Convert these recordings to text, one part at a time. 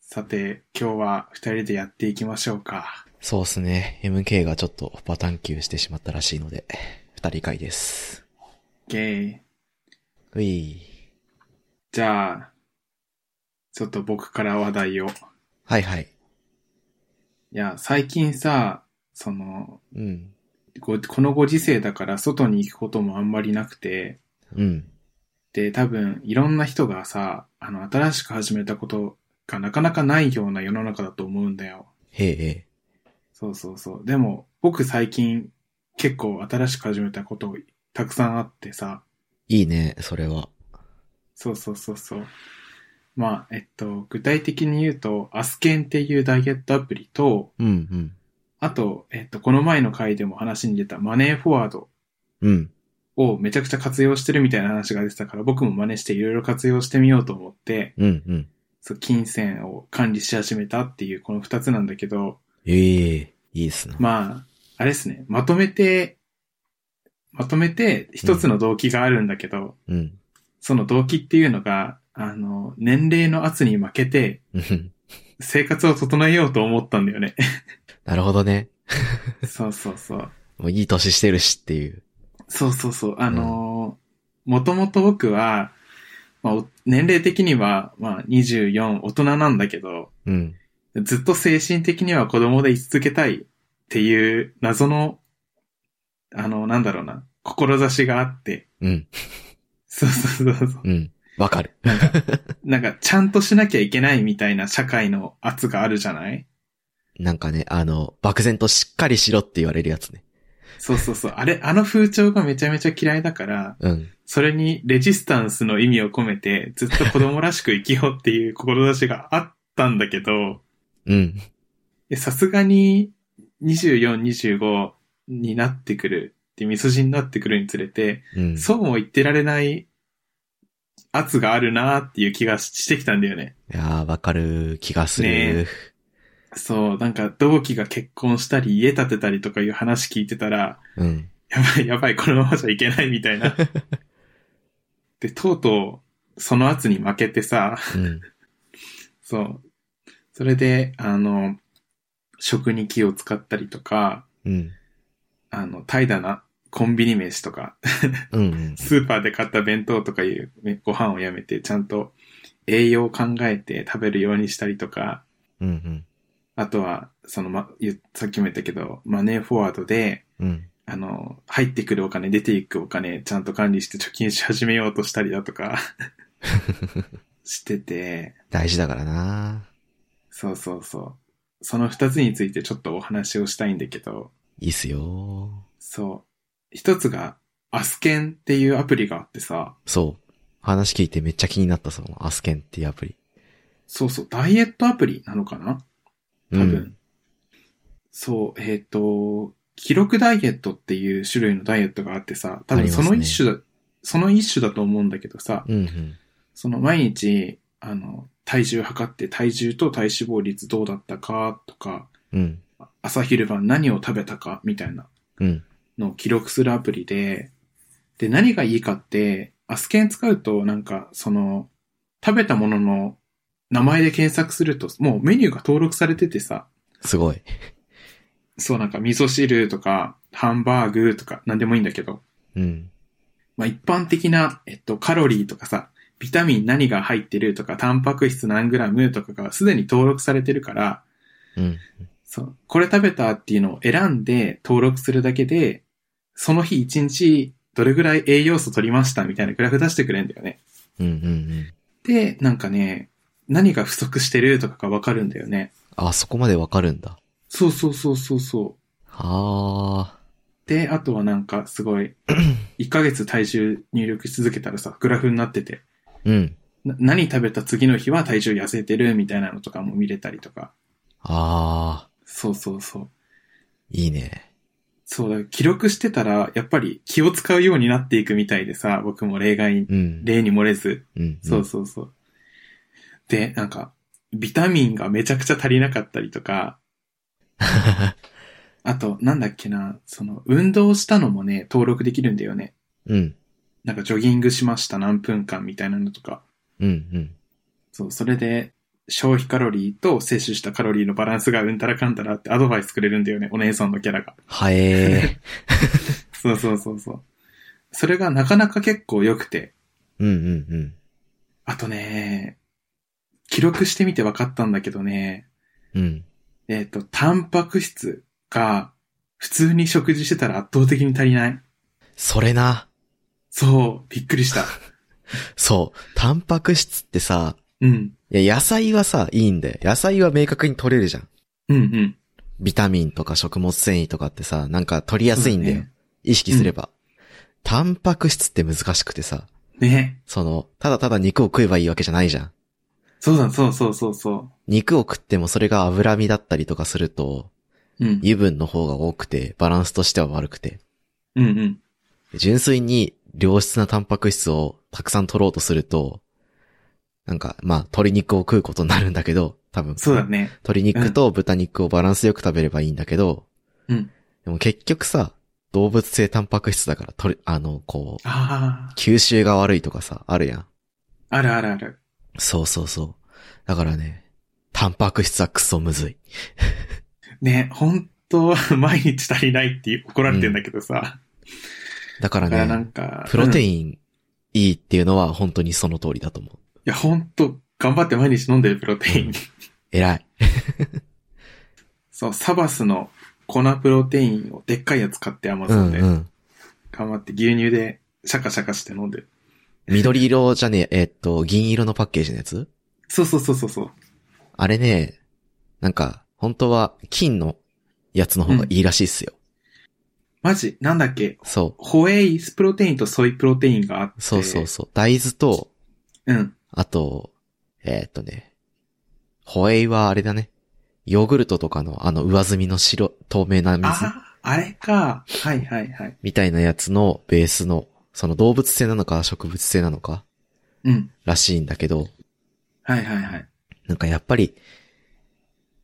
さて、今日は二人でやっていきましょうか。そうですね。MK がちょっとバタンキューしてしまったらしいので、二人会です。ゲイ。うい。じゃあ、ちょっと僕から話題を。いはいはい。や、最近さ、その、うん。ごこのご時世だから外に行くこともあんまりなくて、うん。で、多分、いろんな人がさ、あの、新しく始めたことがなかなかないような世の中だと思うんだよ。へえへえ。そうそうそう。でも、僕最近、結構新しく始めたことたくさんあってさ、いいね、それは。そうそうそうそう。まあ、えっと、具体的に言うと、アスケンっていうダイエットアプリと、うんあと、えっと、この前の回でも話に出たマネーフォワードうん。うん。をめちゃくちゃ活用してるみたいな話が出てたから、僕も真似していろいろ活用してみようと思って、うんうん。そう、金銭を管理し始めたっていうこの二つなんだけど、ええいいっすな。まあ、あれですね、まとめて、まとめて一つの動機があるんだけど、うん。その動機っていうのが、あの、年齢の圧に負けて、うん生活を整えようと思ったんだよね。なるほどね。そうそうそう。もういい年してるしっていう。そうそうそう。あのー、もともと僕は、まあ、お年齢的には、まあ、24、大人なんだけど、うん。ずっと精神的には子供で居続けたいっていう謎の、あの、なんだろうな、志があって、うん。そうそうそう そう。うん。わかる。なんか、ちゃんとしなきゃいけないみたいな社会の圧があるじゃないなんかね、あの、漠然としっかりしろって言われるやつね。そうそうそう。あれ、あの風潮がめちゃめちゃ嫌いだから、うん。それにレジスタンスの意味を込めて、ずっと子供らしく生きようっていう志があったんだけど、うん。えさすがに24、25になってくるって、味噌汁になってくるにつれて、うん。そうも言ってられない圧があるなっていう気がしてきたんだよね。いやー、わかる気がする。ねそう、なんか同期が結婚したり家建てたりとかいう話聞いてたら、 うん。やばいやばい、このままじゃいけないみたい な。で、とうとう、その圧に負けてさ、うん。そう。それで、あの、食に気を使ったりとか、うん。あの、怠惰なコンビニ飯とか、 うんうん。スーパーで買った弁当とかいうねご飯をやめて、ちゃんと栄養を考えて食べるようにしたりとか、うんうん。あとは、その、ま、言さっきも言ったけど、マネーフォワードで、うん。あの、入ってくるお金、出ていくお金、ちゃんと管理して貯金し始めようとしたりだとか、してて、大事だからなそうそうそう。その二つについてちょっとお話をしたいんだけど、いいっすよそう。一つが、アスケンっていうアプリがあってさ、そう。話聞いてめっちゃ気になった、その、アスケンっていうアプリ。そうそう、ダイエットアプリなのかな多う分。ん。そう、えっ、と、記録ダイエットっていう種類のダイエットがあってさ、多あ分りまそすねの一種だ、その一種だと思うんだけどさ、うんうん。その毎日、あの、体重測って体重と体脂肪率どうだったかとか、うん。朝昼晩何を食べたかみたいなうん。のを記録するアプリで、で、何がいいかって、アスケン使うとなんか、その、食べたものの名前で検索すると、もうメニューが登録されててさ、すごい。そうなんか味噌汁とか、ハンバーグとか、なんでもいいんだけど、うん。まあ、一般的な、えっと、カロリーとかさ、ビタミン何が入ってるとか、タンパク質何グラムとかがすでに登録されてるから、うん。そう、これ食べたっていうのを選んで登録するだけで、その日一日どれぐらい栄養素取りましたみたいなグラフ出してくれんだよね。うんうんうん。で、なんかね、何が不足してるとかがわかるんだよね。あ、そこまでわかるんだ。そうそうそうそうそう。はあ。で、あとはなんかすごい、1ヶ月体重入力し続けたらさ、グラフになってて、うん。な何食べた次の日は体重痩せてるみたいなのとかも見れたりとか。ああ。そうそうそう。いいね。そうだ、記録してたら、やっぱり気を使うようになっていくみたいでさ、僕も例外、うん。例に漏れず。うん。そうそうそう。で、なんか、ビタミンがめちゃくちゃ足りなかったりとか、あと、なんだっけな、その、運動したのもね、登録できるんだよね。うん。うん。なんか、ジョギングしました、何分間みたいなのとか。うん。うん。そう、それで、消費カロリーと摂取したカロリーのバランスがうんたらかんたらってアドバイスくれるんだよね、お姉さんのキャラが。はえ そうそうそうそう。それがなかなか結構良くて。ー。うんうんうん。あとね、記録してみて分かったんだけどね、うん。えっ、と、タンパク質が普通に食事してたら圧倒的に足りない。それな。そう、びっくりした。 そう。タンパク質ってさ、うん。いや、野菜はさ、いいんだよ。野菜は明確に取れるじゃん。うんうん。ビタミンとか食物繊維とかってさ、なんか取りやすいんだよ。そう意識すれば、タンパク質って難しくてさ、ね。その、ただただ肉を食えばいいわけじゃないじゃん。そうだ、そうそうそうそ肉を食ってもそれが脂身だったりとかすると、う。うん。油分の方が多くて、バランスとしては悪くて。うんうん。純粋に良質なタンパク質をたくさん取ろうとすると、なんか、まあ、鶏肉を食うことになるんだけど、多分。そうだね。鶏肉と豚肉をバランスよく食べればいいんだけど、うんでも結局さ、動物性タンパク質だから、とれ、あの、こう、あ吸収が悪いとかさ、あるやん。あ、あるあるある。そうそうそう。だからね、タンパク質はクソむずい。ね、本当 毎日足りないって怒られてんだけどさ。だからだからなんね、か。プロテン。いイン、いいっていうのは本当にその通りだと思う。や、本当頑張って毎日飲んでるプロテイン。偉い。 そう、サバスの粉プロテインをでっかいやつ買ってアマうゾンんで。うん。頑張って牛乳でシャカシャカして飲んでる。緑色じゃねえ、えっと、銀色のパッケージのやつそうそうそうそうそう。あれね、なんか、本当は金のやつの方がいいらしいっすよ。マジ、なんだっけ、そう。ホエイスプロテインとソイプロテインがあって。そうそうそう。大豆と、うん。あと、えーっとね、ホエイはあれだね。ヨーグルトとかのあの上澄みの白、透明な水あ、あれか。はいはいはい。みたいなやつのベースの、その動物性なのか植物性なのかうん。らしいんだけど、はいはいはい。なんかやっぱり、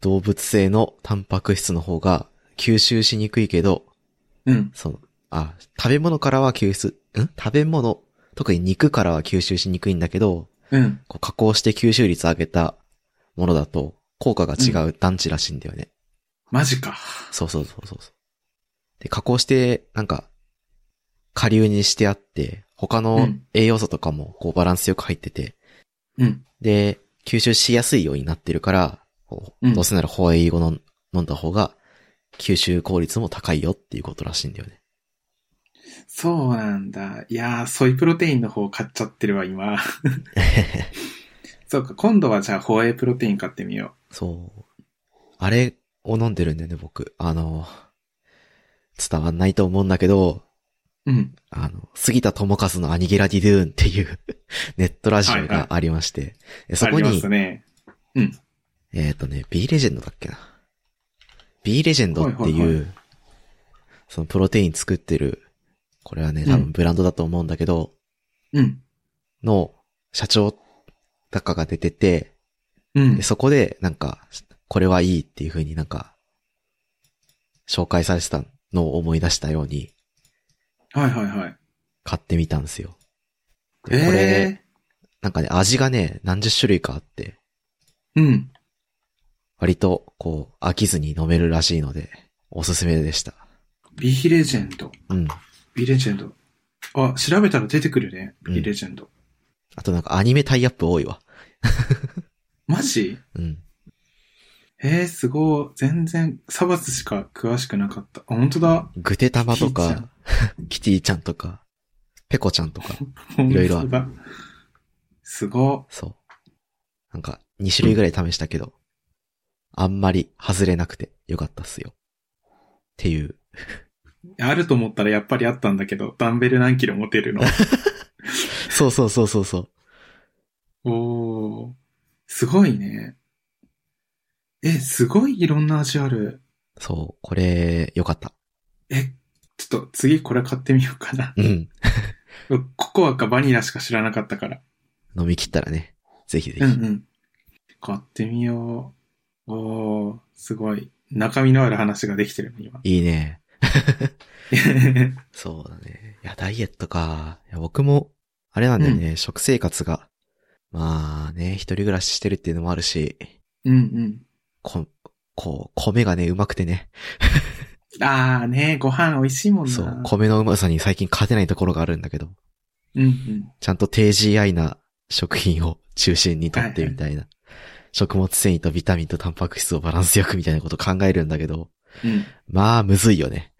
動物性のタンパク質の方が吸収しにくいけど、うん。その、あ、食べ物からは吸収、ん食べ物、特に肉からは吸収しにくいんだけど、うん。こう加工して吸収率上げたものだと、効果が違う団地らしいんだよね。マジか。そうそうそうそうそう。で、加工して、なんか、下流にしてあって、他うのん栄養素とかも、こうバランスよく入ってて、うん。で、吸収しやすいようになってるから、こううんどうせならホエイを飲ん飲んだ方が、吸収効率も高いよっていうことらしいんだよね。そうなんだ。いやー、ソイプロテインの方買っちゃってるわ、 今。そうか、今度はじゃあ、ホエイプロテイン買ってみよそう。あれを飲んでるんだよね、僕。あの、伝わんないと思うんだけど、う。うん。あの、杉田智和のアニゲラディドゥーンっていう ネットラジオがありまして、でそこありまに、すね。えっ、とね、B レジェンドだっけな。B レジェンドっていう、はいはいそのプロテイン作ってる、これはね、多う分んブランドだと思うんだけど、うん。の社長とかが出てて、うんで。そこでなんか、これはいいっていう風になんか、紹介されてたのを思い出したようにはいはいはい。買ってみたんですよ。えでこれ、えなんかね、味がね、何十種類かあって、ー。うん。割と、こう、飽きずに飲めるらしいので、おすすめでした。ビーレジェンド。うん。ビーレジェンド。あ、調べたら出てくるね。うんビーレジェンド。あとなんかアニメタイアップ多いわ。マジうん。えー、すごい。全然、サバスしか詳しくなかった。あ、本当だ。グテタマとキティちゃかん、キティちゃんとか、ペコちゃんとか、本いろいろあ当るだ。すごそう。なんか、2種類ぐらい試したけど、あんまり外れなくてよかったっすよ。っていう。い。あると思ったらやっぱりあったんだけど、ダンベル何キロ持てるの。 そうそうそうそうそう。おー。すごいね。え、すごいいろんな味ある。そう、これ、よかった。え、ちょっと次これ買ってみようかな。うん。ココアかバニラしか知らなかったから。飲み切ったらね、ぜひぜひ。うんうん。買ってみよう。おー、すごい。中身のある話ができてるね、今。いいね。そうだね。いや、ダイエットか。いや、僕も、あれなんだよね、食生活が、まあね、一人暮らししてるっていうのもあるし、 うんうん。こ、こう、米がね、うまくてね。あーね、ご飯美味しいもんな。そう、米のうまさに最近勝てないところがあるんだけど、うんうん。ちゃんと低 GI な食品を中心にとってみたいな。食物繊維とビタミンとタンパク質をバランスよくみたいなこと考えるんだけど、うん。まあ、むずいよね。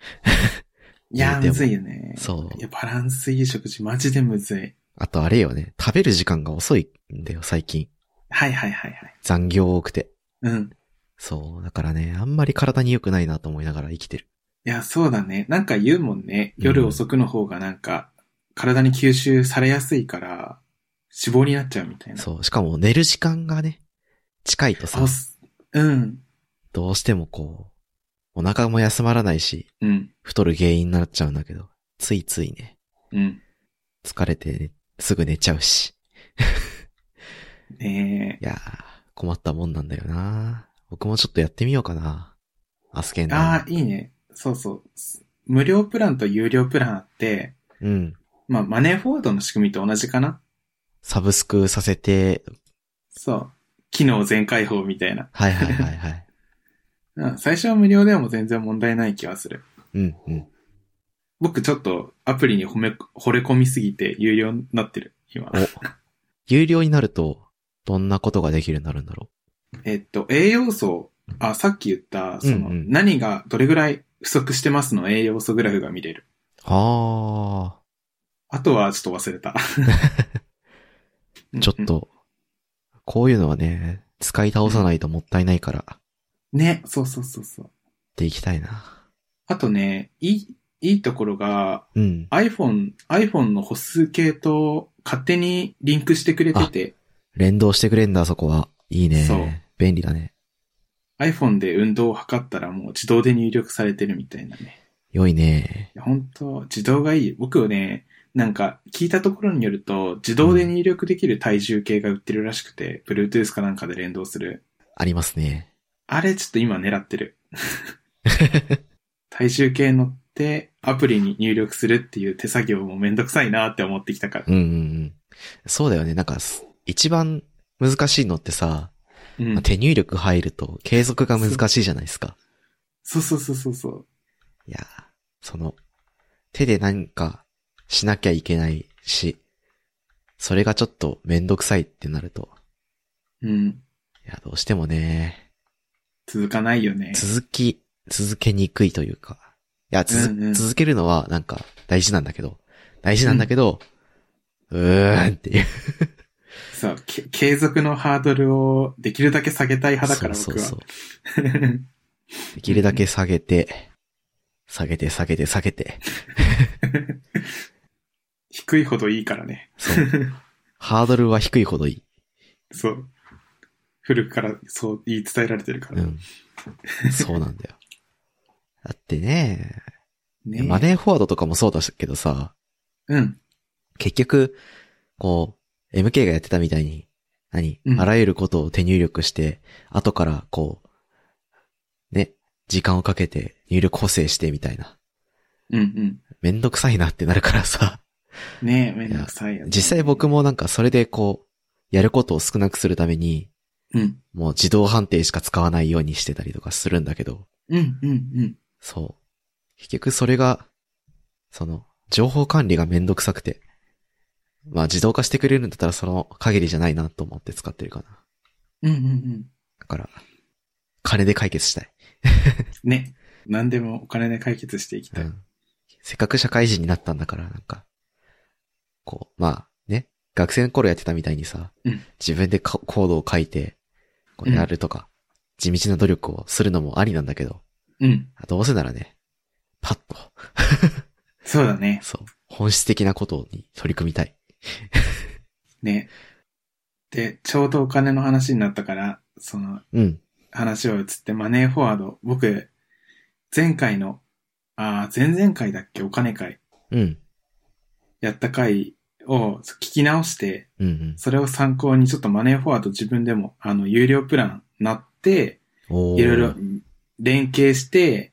いやー、でもむずいよね。そういや、バランスいい食事、マジでむずい。あとあれよね、食べる時間が遅いんだよ、最近。はいはいはいはい。残業多くて。うん。そう、だからね、あんまり体に良くないなと思いながら生きてる。いや、そうだね。なんか言うもんね。うん夜遅くの方がなんか、体に吸収されやすいから、脂肪になっちゃうみたいな。そう、しかも寝る時間がね、近いとさあ、すうん。どうしてもこう、お腹も休まらないし、うん。太る原因になっちゃうんだけど、ついついね、うん。疲れて、ね、すぐ寝ちゃうし。ねいやー、困ったもんなんだよな僕もちょっとやってみようかな。アスケンえ。ダああ、ーいいね。そうそう。無料プランと有料プランあって、うん。まあ、マネーフォワードの仕組みと同じかな。サブスクさせて、そう。機能全開放みたいな。はいはいは いはい。うん。最初は無料でも全然問題ない気はする。うんうん。僕ちょっとアプリに褒め、惚れ込みすぎて有料になってる、今。お、有料になると、どんなことができるようになるんだろえっと、栄養素、あ、さっき言った、その、うんうん何がどれぐらい不足してますの栄養素グラフが見れる。う。ああとはちょっと忘れ た。ー、ちょっうんと、こういうのはね、使い倒さないともったいないから、やっうん。ね、そうそうそうそう。ていきたいな。あとね、いい、いいところが、うん。 iPhone、iPhone の歩数計と勝手にリンクしてくれてて、連動してくれんだ、そこは。いいね。そう便利だね。 iPhone で運動を測ったらもう自動で入力されてるみたいなね。良いね。いや本当自動がいい。僕ね、なんか聞いたところによると、自動で入力できる体重計が売ってるらしくて、Bluetooth かなんかで連動する。ありますね。あれちょっと今狙ってる。体重計乗って、アプリに入力するっていう手作業もめんどくさいなって思ってきたからう。んうんうん。そうだよね。なんかす、一番難しいのってさ、うん。手入力入ると継続が難しいじゃないですか。そうそうそうそうそう。いやー、その、手で何かしなきゃいけないし、それがちょっとめんどくさいってなると、うん。いや、どうしてもね、続かないよね。続き、続けにくいというか、いや、つづうんうん続けるのはなんか大事なんだけど、大事なんだけど、うーんっていう。そう。け継続のハードルをできるだけ下げたい派だから、そ僕うは。そうそう。できるだけ下げて、下げて下げて下げて、 低いほどいいからね。そう。ハードルは低いほどいい。そう。古くからそう言い伝えられてるから。うん。そうなんだよ。だってね、 ねマネーフォワードとかもそうだけどさ、うん。結局、こう、MK がやってたみたいに、何、うんあらゆることを手入力して、後からこう、ね、時間をかけて入力補正してみたいな。うんめんどくさいなってなるからさ、 うん。ねえ、めんどくさいよね。実際僕もなんかそれでこう、やることを少なくするために、うん。もう自動判定しか使わないようにしてたりとかするんだけど、うん、うん、そう。結局それが、その、情報管理がめんどくさくて。まあ自動化してくれるんだったらその限りじゃないなと思って使ってるかな。うん。うん、うん、うん。だから、金で解決したい。ね。何でもお金で解決していきうたい。ん。せっかく社会人になったんだから、なんか、こう、まあね、学生の頃やってたみたいにさ、うん自分でかコードを書いて、こうやるとか、地道な努力をするのもありなんだけど、うん。どうせならね、パッと、そうだね。そう、本質的なことに取り組みたい。ね。で、ちょうどお金の話になったから、そのうん。話を移ってマネーフォワード。僕、前回の、ああ、前々回だっけ、お金会。うん。やった回を聞き直して、うんうん。それを参考にちょっとマネーフォワード自分でも、あの、有料プランなって、おーいろいろ。連携して、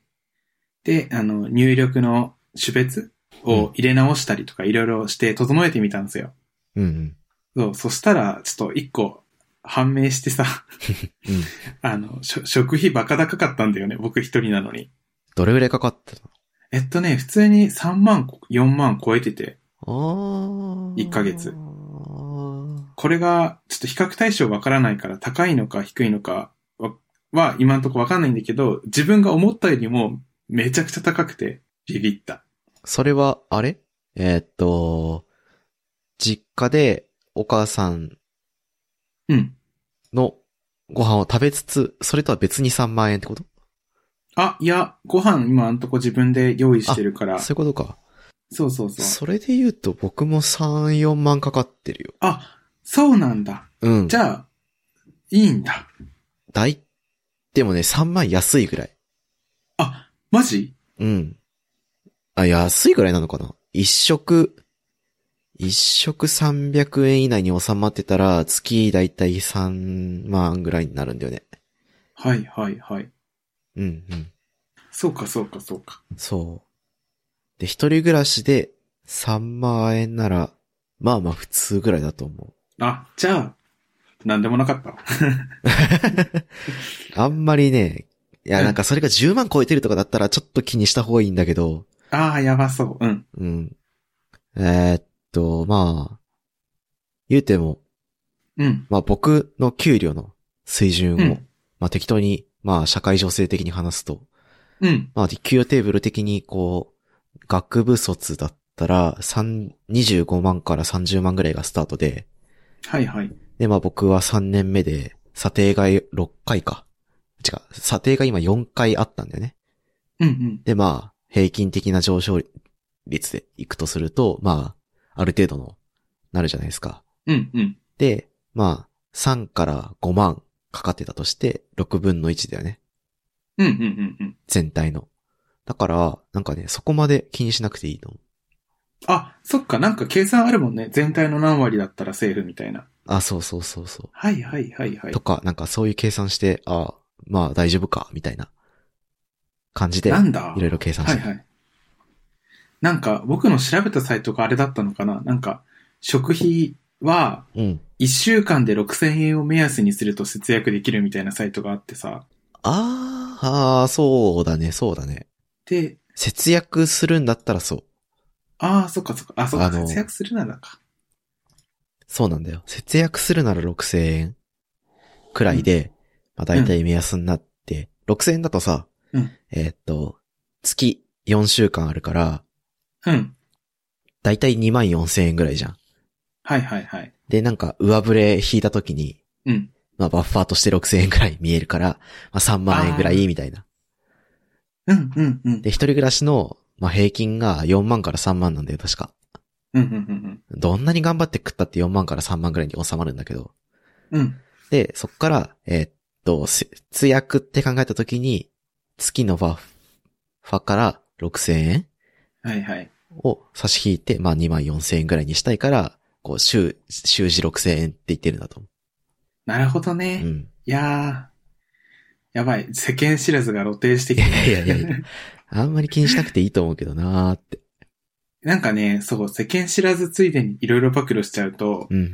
で、あの、入力の種別を入れ直したりとか、いろいろして整えてみたんですよ。うんうん。そう、そしたら、ちょっと一個判明してさ、 うん。あの、しょ食費バカ高かったんだよね、僕一人なのに。どれぐらいかかったえっとね、普通に3万、4万超えてて、のあー。一ヶ月あーこれが、ちょっと比較対象わからないから、高いのか低いのかは、は今んとこわかんないんだけど、自分が思ったよりもめちゃくちゃ高くて、ビビった。それは、あれえーっと、実家でお母さんうん。のご飯を食べつつ、それとは別に3万円ってことあ、いや、ご飯今んとこ自分で用意してるから、そういうことか。そうそうそう。それで言うと僕も3、4万かかってるよ。あ、そうなんだ。うん。じゃあ、いいんだ。大、でもね、3万安いぐらい。あ、マジうん。あ、安いぐらいなのかな一食、一食300円以内に収まってたら、月だいたい3万ぐらいになるんだよね。はいはいはい。うんうん。そうかそうかそうか。そう。で、一人暮らしで3万円なら、まあまあ普通ぐらいだと思あ、じゃあ、なんでもなかった。う。あんまりね、いやうんなんかそれが10万超えてるとかだったらちょっと気にした方がいいんだけど、ああ、やばそう。うん。うん。えーっと、まあ、言うても、うん。まあ僕の給料の水準を、うんまあ適当に、まあ社会情勢的に話すと、うん。まあ給与テーブル的にこう、学部卒だったら、三25万から30万ぐらいがスタートで、はいはい。でまあ僕は3年目で、査定が6回か。違う、査定が今4回あったんだよね。うんうん。でまあ、平均的な上昇率でいくとすると、まあ、ある程度の、なるじゃないですか。うんうん。で、まあ、3から5万かかってたとして、6分の1だよね。うんうんうんうん。全体の。だから、なんかね、そこまで気にしなくていいと思う。あ、そっか、なんか計算あるもんね。全体の何割だったらセーフみたいな。あ、そうそうそうそはいはいはいはう。いと。か、なんかそういう計算して、あまあ大丈夫か、みたいな感じで、なんだいろいろ計算しはいて。はい。なんか、僕の調べたサイトがあれだったのかななんか、食費は、うん。 1週間で6000円を目安にすると節約できるみたいなサイトがあってさ。あーあー、そうだね、そうだね。で、節約するんだったらそう。ああ、そっかそっか。あ、そっあか、の節約するならか。そうなんだよ。節約するなら6000円くらいで、まあ大体目安になって、6000円だとさ、うんえーっと、月4週間あるから、うん。大体2万4000円ぐらいじゃん。はいはいはい。で、なんか上振れ引いた時に、うん。まあバッファーとして6000円ぐらい見えるから、まあ3万円ぐらいみたいな。うんうんうん。で、一人暮らしの、まあ平均が4万から3万なんだよ、確か。うんうんうんどんなに頑張って食ったって4万から3万ぐらいに収まるんだけど。うん。うん。で、そっから、えーっと、節約って考えたときに、月のバッファから6000円はいはい。を差し引いて、まあ2万4000円ぐらいにしたいから、こう、週、週時6000円って言ってるんだと思なるほどう。ね。うん。いやー、やばい。世間知らずが露呈してきいやいやいやいやて。あんまり気にしなくていいと思うけどなーって。 なんかね、そう、世間知らずついでにいろいろ暴露しちゃうと、うん。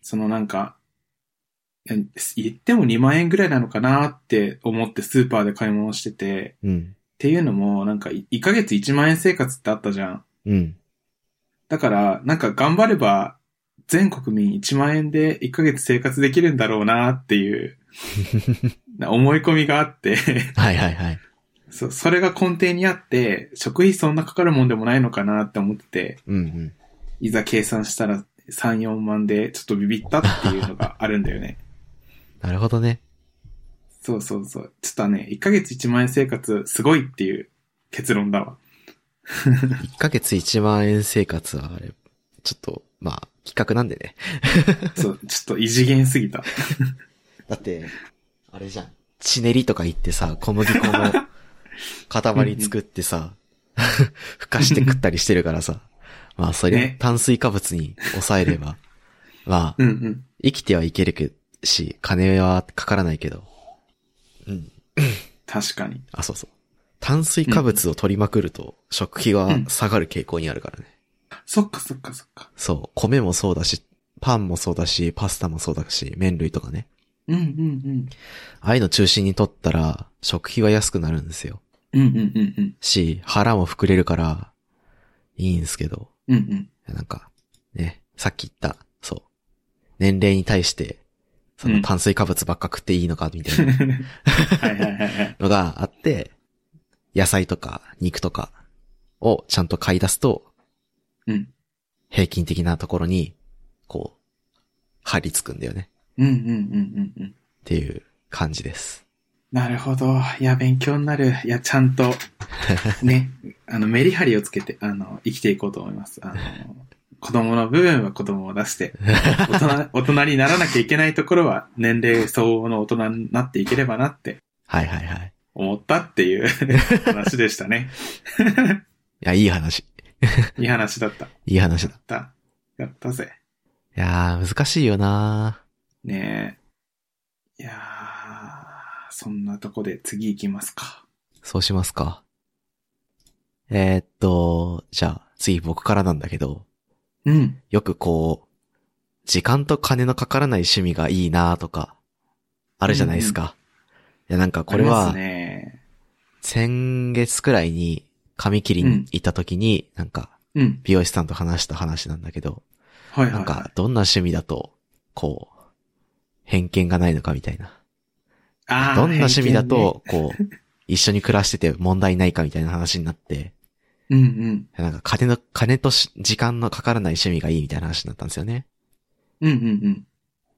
そのなんか、え言っても2万円ぐらいなのかなって思ってスーパーで買い物してて、うっん。ていうのも、なんかい1ヶ月1万円生活ってあったじゃん。うん。だから、なんか頑張れば、全国民1万円で1ヶ月生活できるんだろうなって いう、な思い込みがあって、はいはいはい。そそれが根底にあって、食費そんなかかるもんでもないのかなって思ってて、うんうん。いざ計算したら3、4万でちょっとビビったっていうのがあるんだよね。 なるほどね。そうそうそう。ちょっとね、1ヶ月1万円生活すごいっていう結論だわ。 1ヶ月1万円生活は、あれ、ちょっと、まあ、企画なんでね。そう、 ちょっと異次元すぎた。だって、あれじゃん。チネリとか言ってさ、小麦粉 の塊作ってさ、ふかして食ったりしてるからさ。まあ、そりゃね炭水化物に抑えれば、まあ、うんうん。生きてはいけるけし、金はかからないけど。うん。確かに。あ、そうそう。炭水化物を取りまくると、食費は下がる傾向にあるからね。そっかそっかそっか。そう。米もそうだし、パンもそうだし、パスタもそうだし、麺類とかね。うんうんああいうの中心に取ったら、食費は安くなるんですよ。うん。うんうんうんうん。し、腹も膨れるから、いいんですけど、うんうん。 なんか、ね、さっき言った、そう。年齢に対して、そうのん炭水化物ばっか食っていいのか、みた いなはいはいはいはい。のがあって、野菜とか肉とかをちゃんと買い出すと、うん。平均的なところに、こう、張り付くんだよね。うんうんうんうんうん。っていう感じです。なるほど。いや、勉強になる。いや、ちゃんと、 ね、あの、メリハリをつけて、あの、生きていこうと思います。あの、子供の部分は子供を出 して、大人、大人にならなきゃいけないところは、年齢相応の大人になっていければなってはいはいはい。思ったって いう話でしたね。いや、いい話。いい話だった。いい話だ。やった。やったぜ。いやー、難しいよなねえ。いやー、そんなとこで次行きますか。そうしますか。えーっと、じゃあ、次僕からなんだけど、うん。よくこう、時間と金のかからない趣味がいいなとか、あるじゃないですか。いや、なんかこあれりまはす、ね。先月くらいに、髪切りに行った時に、なんか、うん。美容師さんと話した話なんだけど、はいはい、はい。なんか、どんな趣味だと、こう、偏見がないのかみたいな。あー、どんな趣味だ偏と、こう、一緒に暮らしてて問題ないかみたいな話になって、見ね。うんなんか金の、金とし時間のかからない趣味がいいみたいな話になったんですよね。うん。うんうん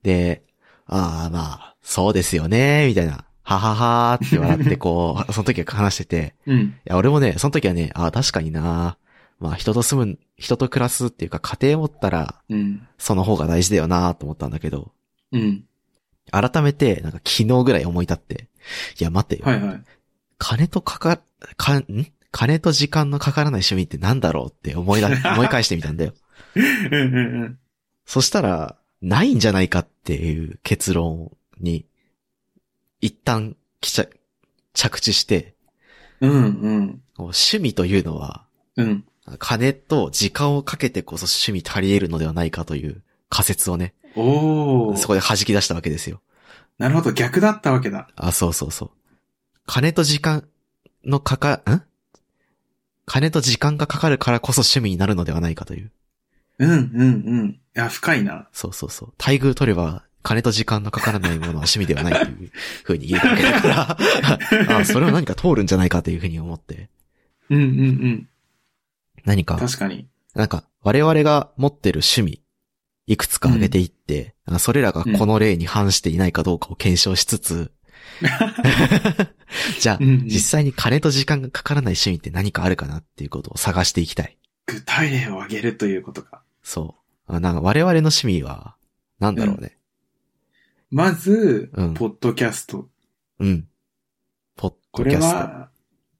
で、ああ、まあ、そうですよね、みたいな。はははーって笑ってこう、その時は話してて、うん。うん。いや、俺もね、その時はね、ああ、確かになまあ、人と住む、人と暮らすっていうか、家庭持ったら、うん。その方が大事だよなと思ったんだけど、うん。改めて、なんか昨日ぐらい思い立って、いや、待てよ。はいはい。金とかか、か、ん金と時間のかからない趣味ってなんだろうって思い だ、思い返してみたんだよ。うんうんうん。そしたら、ないんじゃないかっていう結論に、一旦きちゃ、着地して、うんうん。こう趣味というのは、うん。金と時間をかけてこそ趣味足り得るのではないかという仮説をね、おー。そこで弾き出したわけですよ。なるほど、逆だったわけだ。あ、そうそうそう。金と時間のかか、ん金と時間がかかるからこそ趣味になるのではないかという。うんうんうん。いや、深いな。そうそうそう。待遇取れば、金と時間のかからないものは趣味ではないというふうに言えたわけ だから、あ、それは何か通るんじゃないかというふうに思って、うんうんうん。何か、確かに。なんか、我々が持ってる趣味、いくつか挙げていって、あそれらがこの例に反していないかどうかを検証しつつ、 じゃあう、んうん、実際に金と時間がかからない趣味って何かあるかなっていうことを探していきたい。具体例を挙げるということか。そう。あなんか我々の趣味は、なんだろうね。まず、うんポッドキャスト。うん。ポッこドキれャスト。は、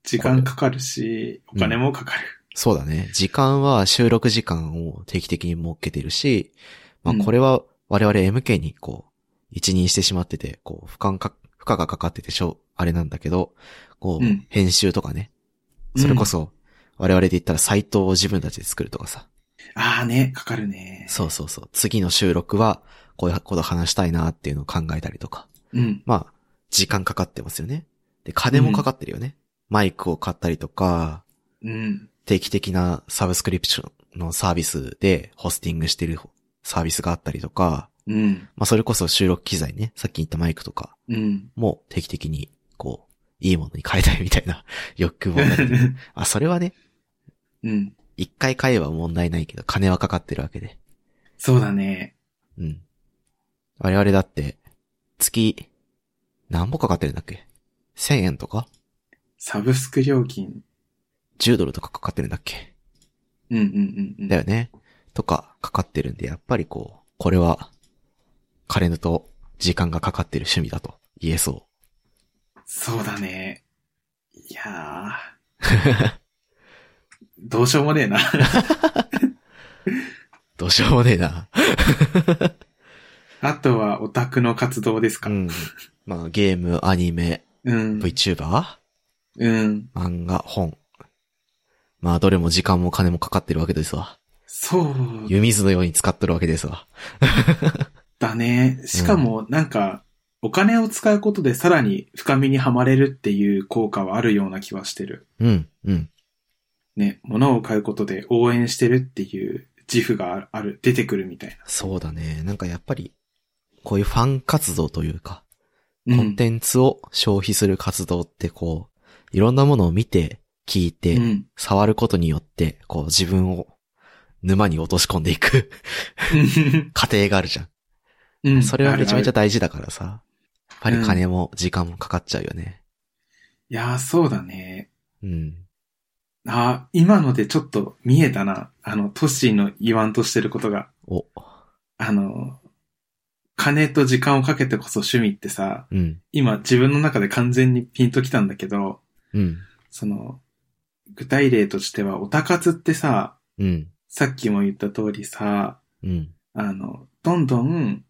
時間かかるし、うおん金もかかる。そうだね。時間は収録時間を定期的に設けてるし、まあうんこれは我々 MK にこう、一任してしまってて、こう、負荷か、負荷がかかっててしょ、あれなんだけど、こう、うん編集とかね。それこそ、我々で言ったらサイトを自分たちで作るとかさ。ああね、かかるね。そうそうそう。次の収録は、こういうこと話したいなっていうのを考えたりとか。うん。まあ、時間かかってますよね。で、金もかかってるよね。マイクを買ったりとか、うん。定期的なサブスクリプションのサービスでホスティングしてるサービスがあったりとか、うん。まあそれこそ収録機材ね、さっき言ったマイクとかうん。も定期的に、こう、いいものに変えたいみたいな 欲望 が出てあ、それはね、うん。一回買えば問題ないけど、金はかかってるわけで。そうだね。うん。我々だって、月、何本かかってるんだっけ ?1000 円とかサブスク料金。 ?10 ドルとかかかってるんだっけうんうんうんうん。だよね。とか、かかってるんで、やっぱりこう、これは、彼のと時間がかかってる趣味だと言えそそうだね。いや ー。どうしようもねえな。う。どうしようもねえな。あとはオタクの活動ですか。ううん。ん。 まあ、ゲーム、アニメ、うん。 VTuber、うん。漫画、本。まあ、どれも時間も金もかかってるわけですわ。そう湯水のように使っとるわけですわ。だね。しかも、なんか、お金を使うことでさらに深みにはまれるっていう効果はあるような気はしてる。うん、うん。ね、物を買うことで応援してるっていう自負があるある、出てくるみたいそうだね。なんかやっぱり、こういうファン活動というか、な。コンテンツを消費する活動ってこう、いろんなものを見て、聞いて、うん。触ることによって、こう自分を沼に落とし込んでいく 過程があるじゃん。うん。それはめちゃめちあるあゃる大事だからさ。やっぱり金も時間もかかっちゃうよね。いやー、そうだね。うん。あー今のでちょっと見えたな。あの、トッシーの言わんとしてることが。お、あの、金と時間をかけてこそ趣味ってさ、うん、今自分の中で完全にピンときたんだけど、うん、その、具体例としては、オタ活ってさ、うん、さっきも言った通りさ、うん、あの、どんどん、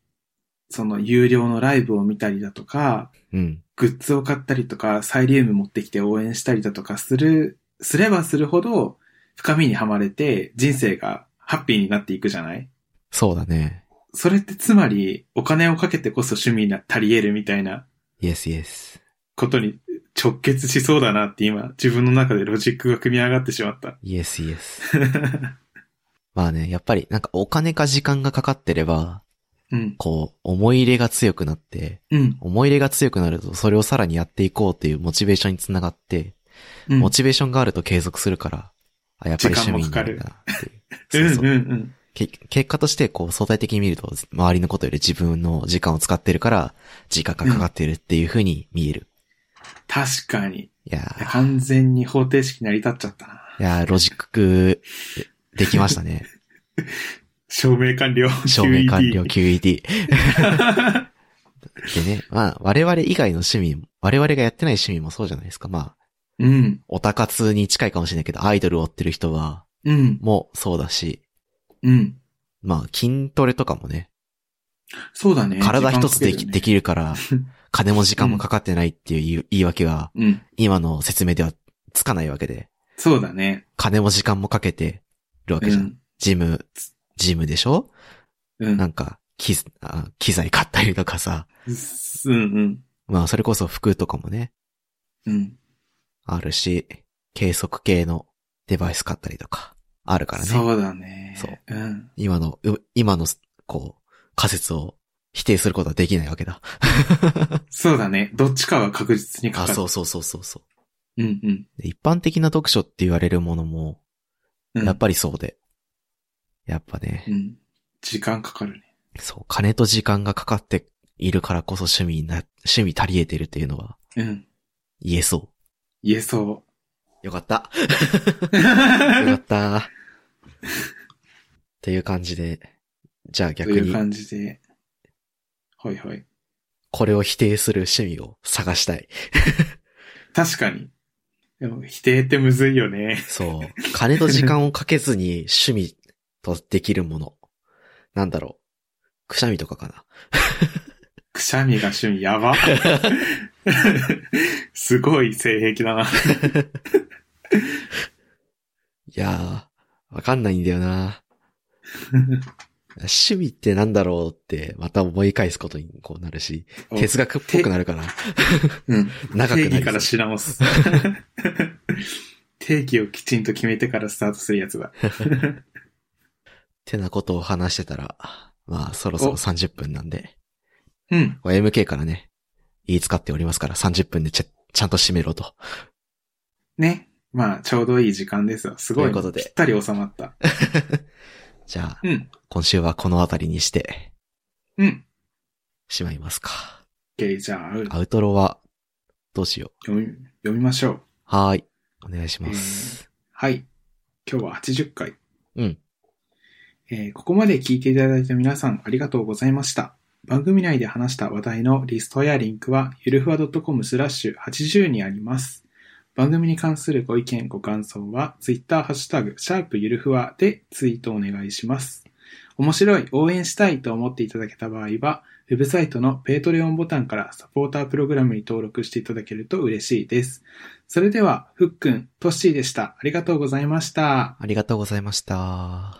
その有料のライブを見たりだとか、うん、グッズを買ったりとか、サイリウム持ってきて応援したりだとかする、すればするほど、深みにはまれて、人生がハッピーになっていくじゃないそうだね。それってつまり、お金をかけてこそ趣味に足り得るみたいなイエスイエス。ことに直結しそうだなって今、自分の中でロジックが組み上がってしまった。イエスイエス。 まあね、やっぱりなんかお金か時間がかかってれば、うん。こう、思い入れが強くなって、うん。思い入れが強くなるとそれをさらにやっていこうっていうモチベーションにつながって、うんモチベーションがあると継続するから、あ、やっぱり趣味になるんだなっていう。そうそううんうんうん。け結果として、こう、相対的に見ると、周りのことより自分の時間を使ってるから、時間がかかってるっていう風に見える。確かに。いやー、完全に方程式成り立っちゃったな。いやーロジック、できまし たね。証明完了。証明完了 QED QED。で ね、まあ、我々以外の趣味も、我々がやってない趣味もそうじゃないですか。まあ、うん。オタ活に近いかもしれないけど、アイドルを追ってる人は、うん。もうそうだし、うん。まあ、筋トレとかもね、そうだね。体一つで時間かけき,、るよねできる から、金も時間もかかってないっていう言い言い訳は、うん。今の説明ではつかないわけで、そうだね。金も時間もかけてるわうけじゃん。ん。ジム、ジムでしょうん。なんか、機材あ機材買ったりとかさ、うんうん。まあ、それこそ服とかもね、うん。あるし、計測系のデバイス買ったりとか、あるからね。そうだね。そう。うん。今の、う今の、こう、仮説を否定することはできないわけだ。そうだね。どっちかは確実にかあ、かる。。そうそうそうそうそううんうん。う。で一般的な読書って言われるものも、うんやっぱりそうで。やっぱね、うん。時間かかるね。そう、金と時間がかかっているからこそ趣味な、趣味足り得てるっていうのはうん。言えそ。言えそうよかった。う。よかった。っていう感じで、じゃあと逆いうに、感じで。はいはい。これを否定する趣味を探したい。確かに。でも否定ってむずいよね。そう。金と時間をかけずに趣味とできるもの。なんだろう。くしゃみとかかな。くしゃみが趣味や ば。すごい性癖だな。いやー、わかんないんだよな。趣味ってなんだろうって、また思い返すことにこうなるし、お哲学っぽくなるから、うん。長く定な義るから知らもす。 定義をきちんと決めてからスタートするやつだ。てなことを話してたら、まあそろそろお30分なんで、うん。これ MK からね、言い使っておりますから、30分でちゃちゃんと締めろと。ね。まあ、ちょうどいい時間ですわ。すごい。ということでぴったり収まった。じゃあ、うん。今週はこの辺りにして、うん。しまいますか。 OK、じゃあ、アウトロは、どうしよう。読み、読みましょう。はーい。お願いします。はい。今日は80回。うん。えーここまで聞いていただいた皆さんありがとうございました。番組内で話した話題のリストやリンクは、ゆるふわ .com スラッシュ80にあります。番組に関するご意見、ご感想は、ツイッターハッシュタグ、シャープゆるふわでツイートお願いします。面白い、応援したいと思っていただけた場合は、ウェブサイトのペイトレオンボタンからサポータープログラムに登録していただけると嬉しいです。それでは、ふっくん、とっしーでした。ありがとうございました。ありがとうございました。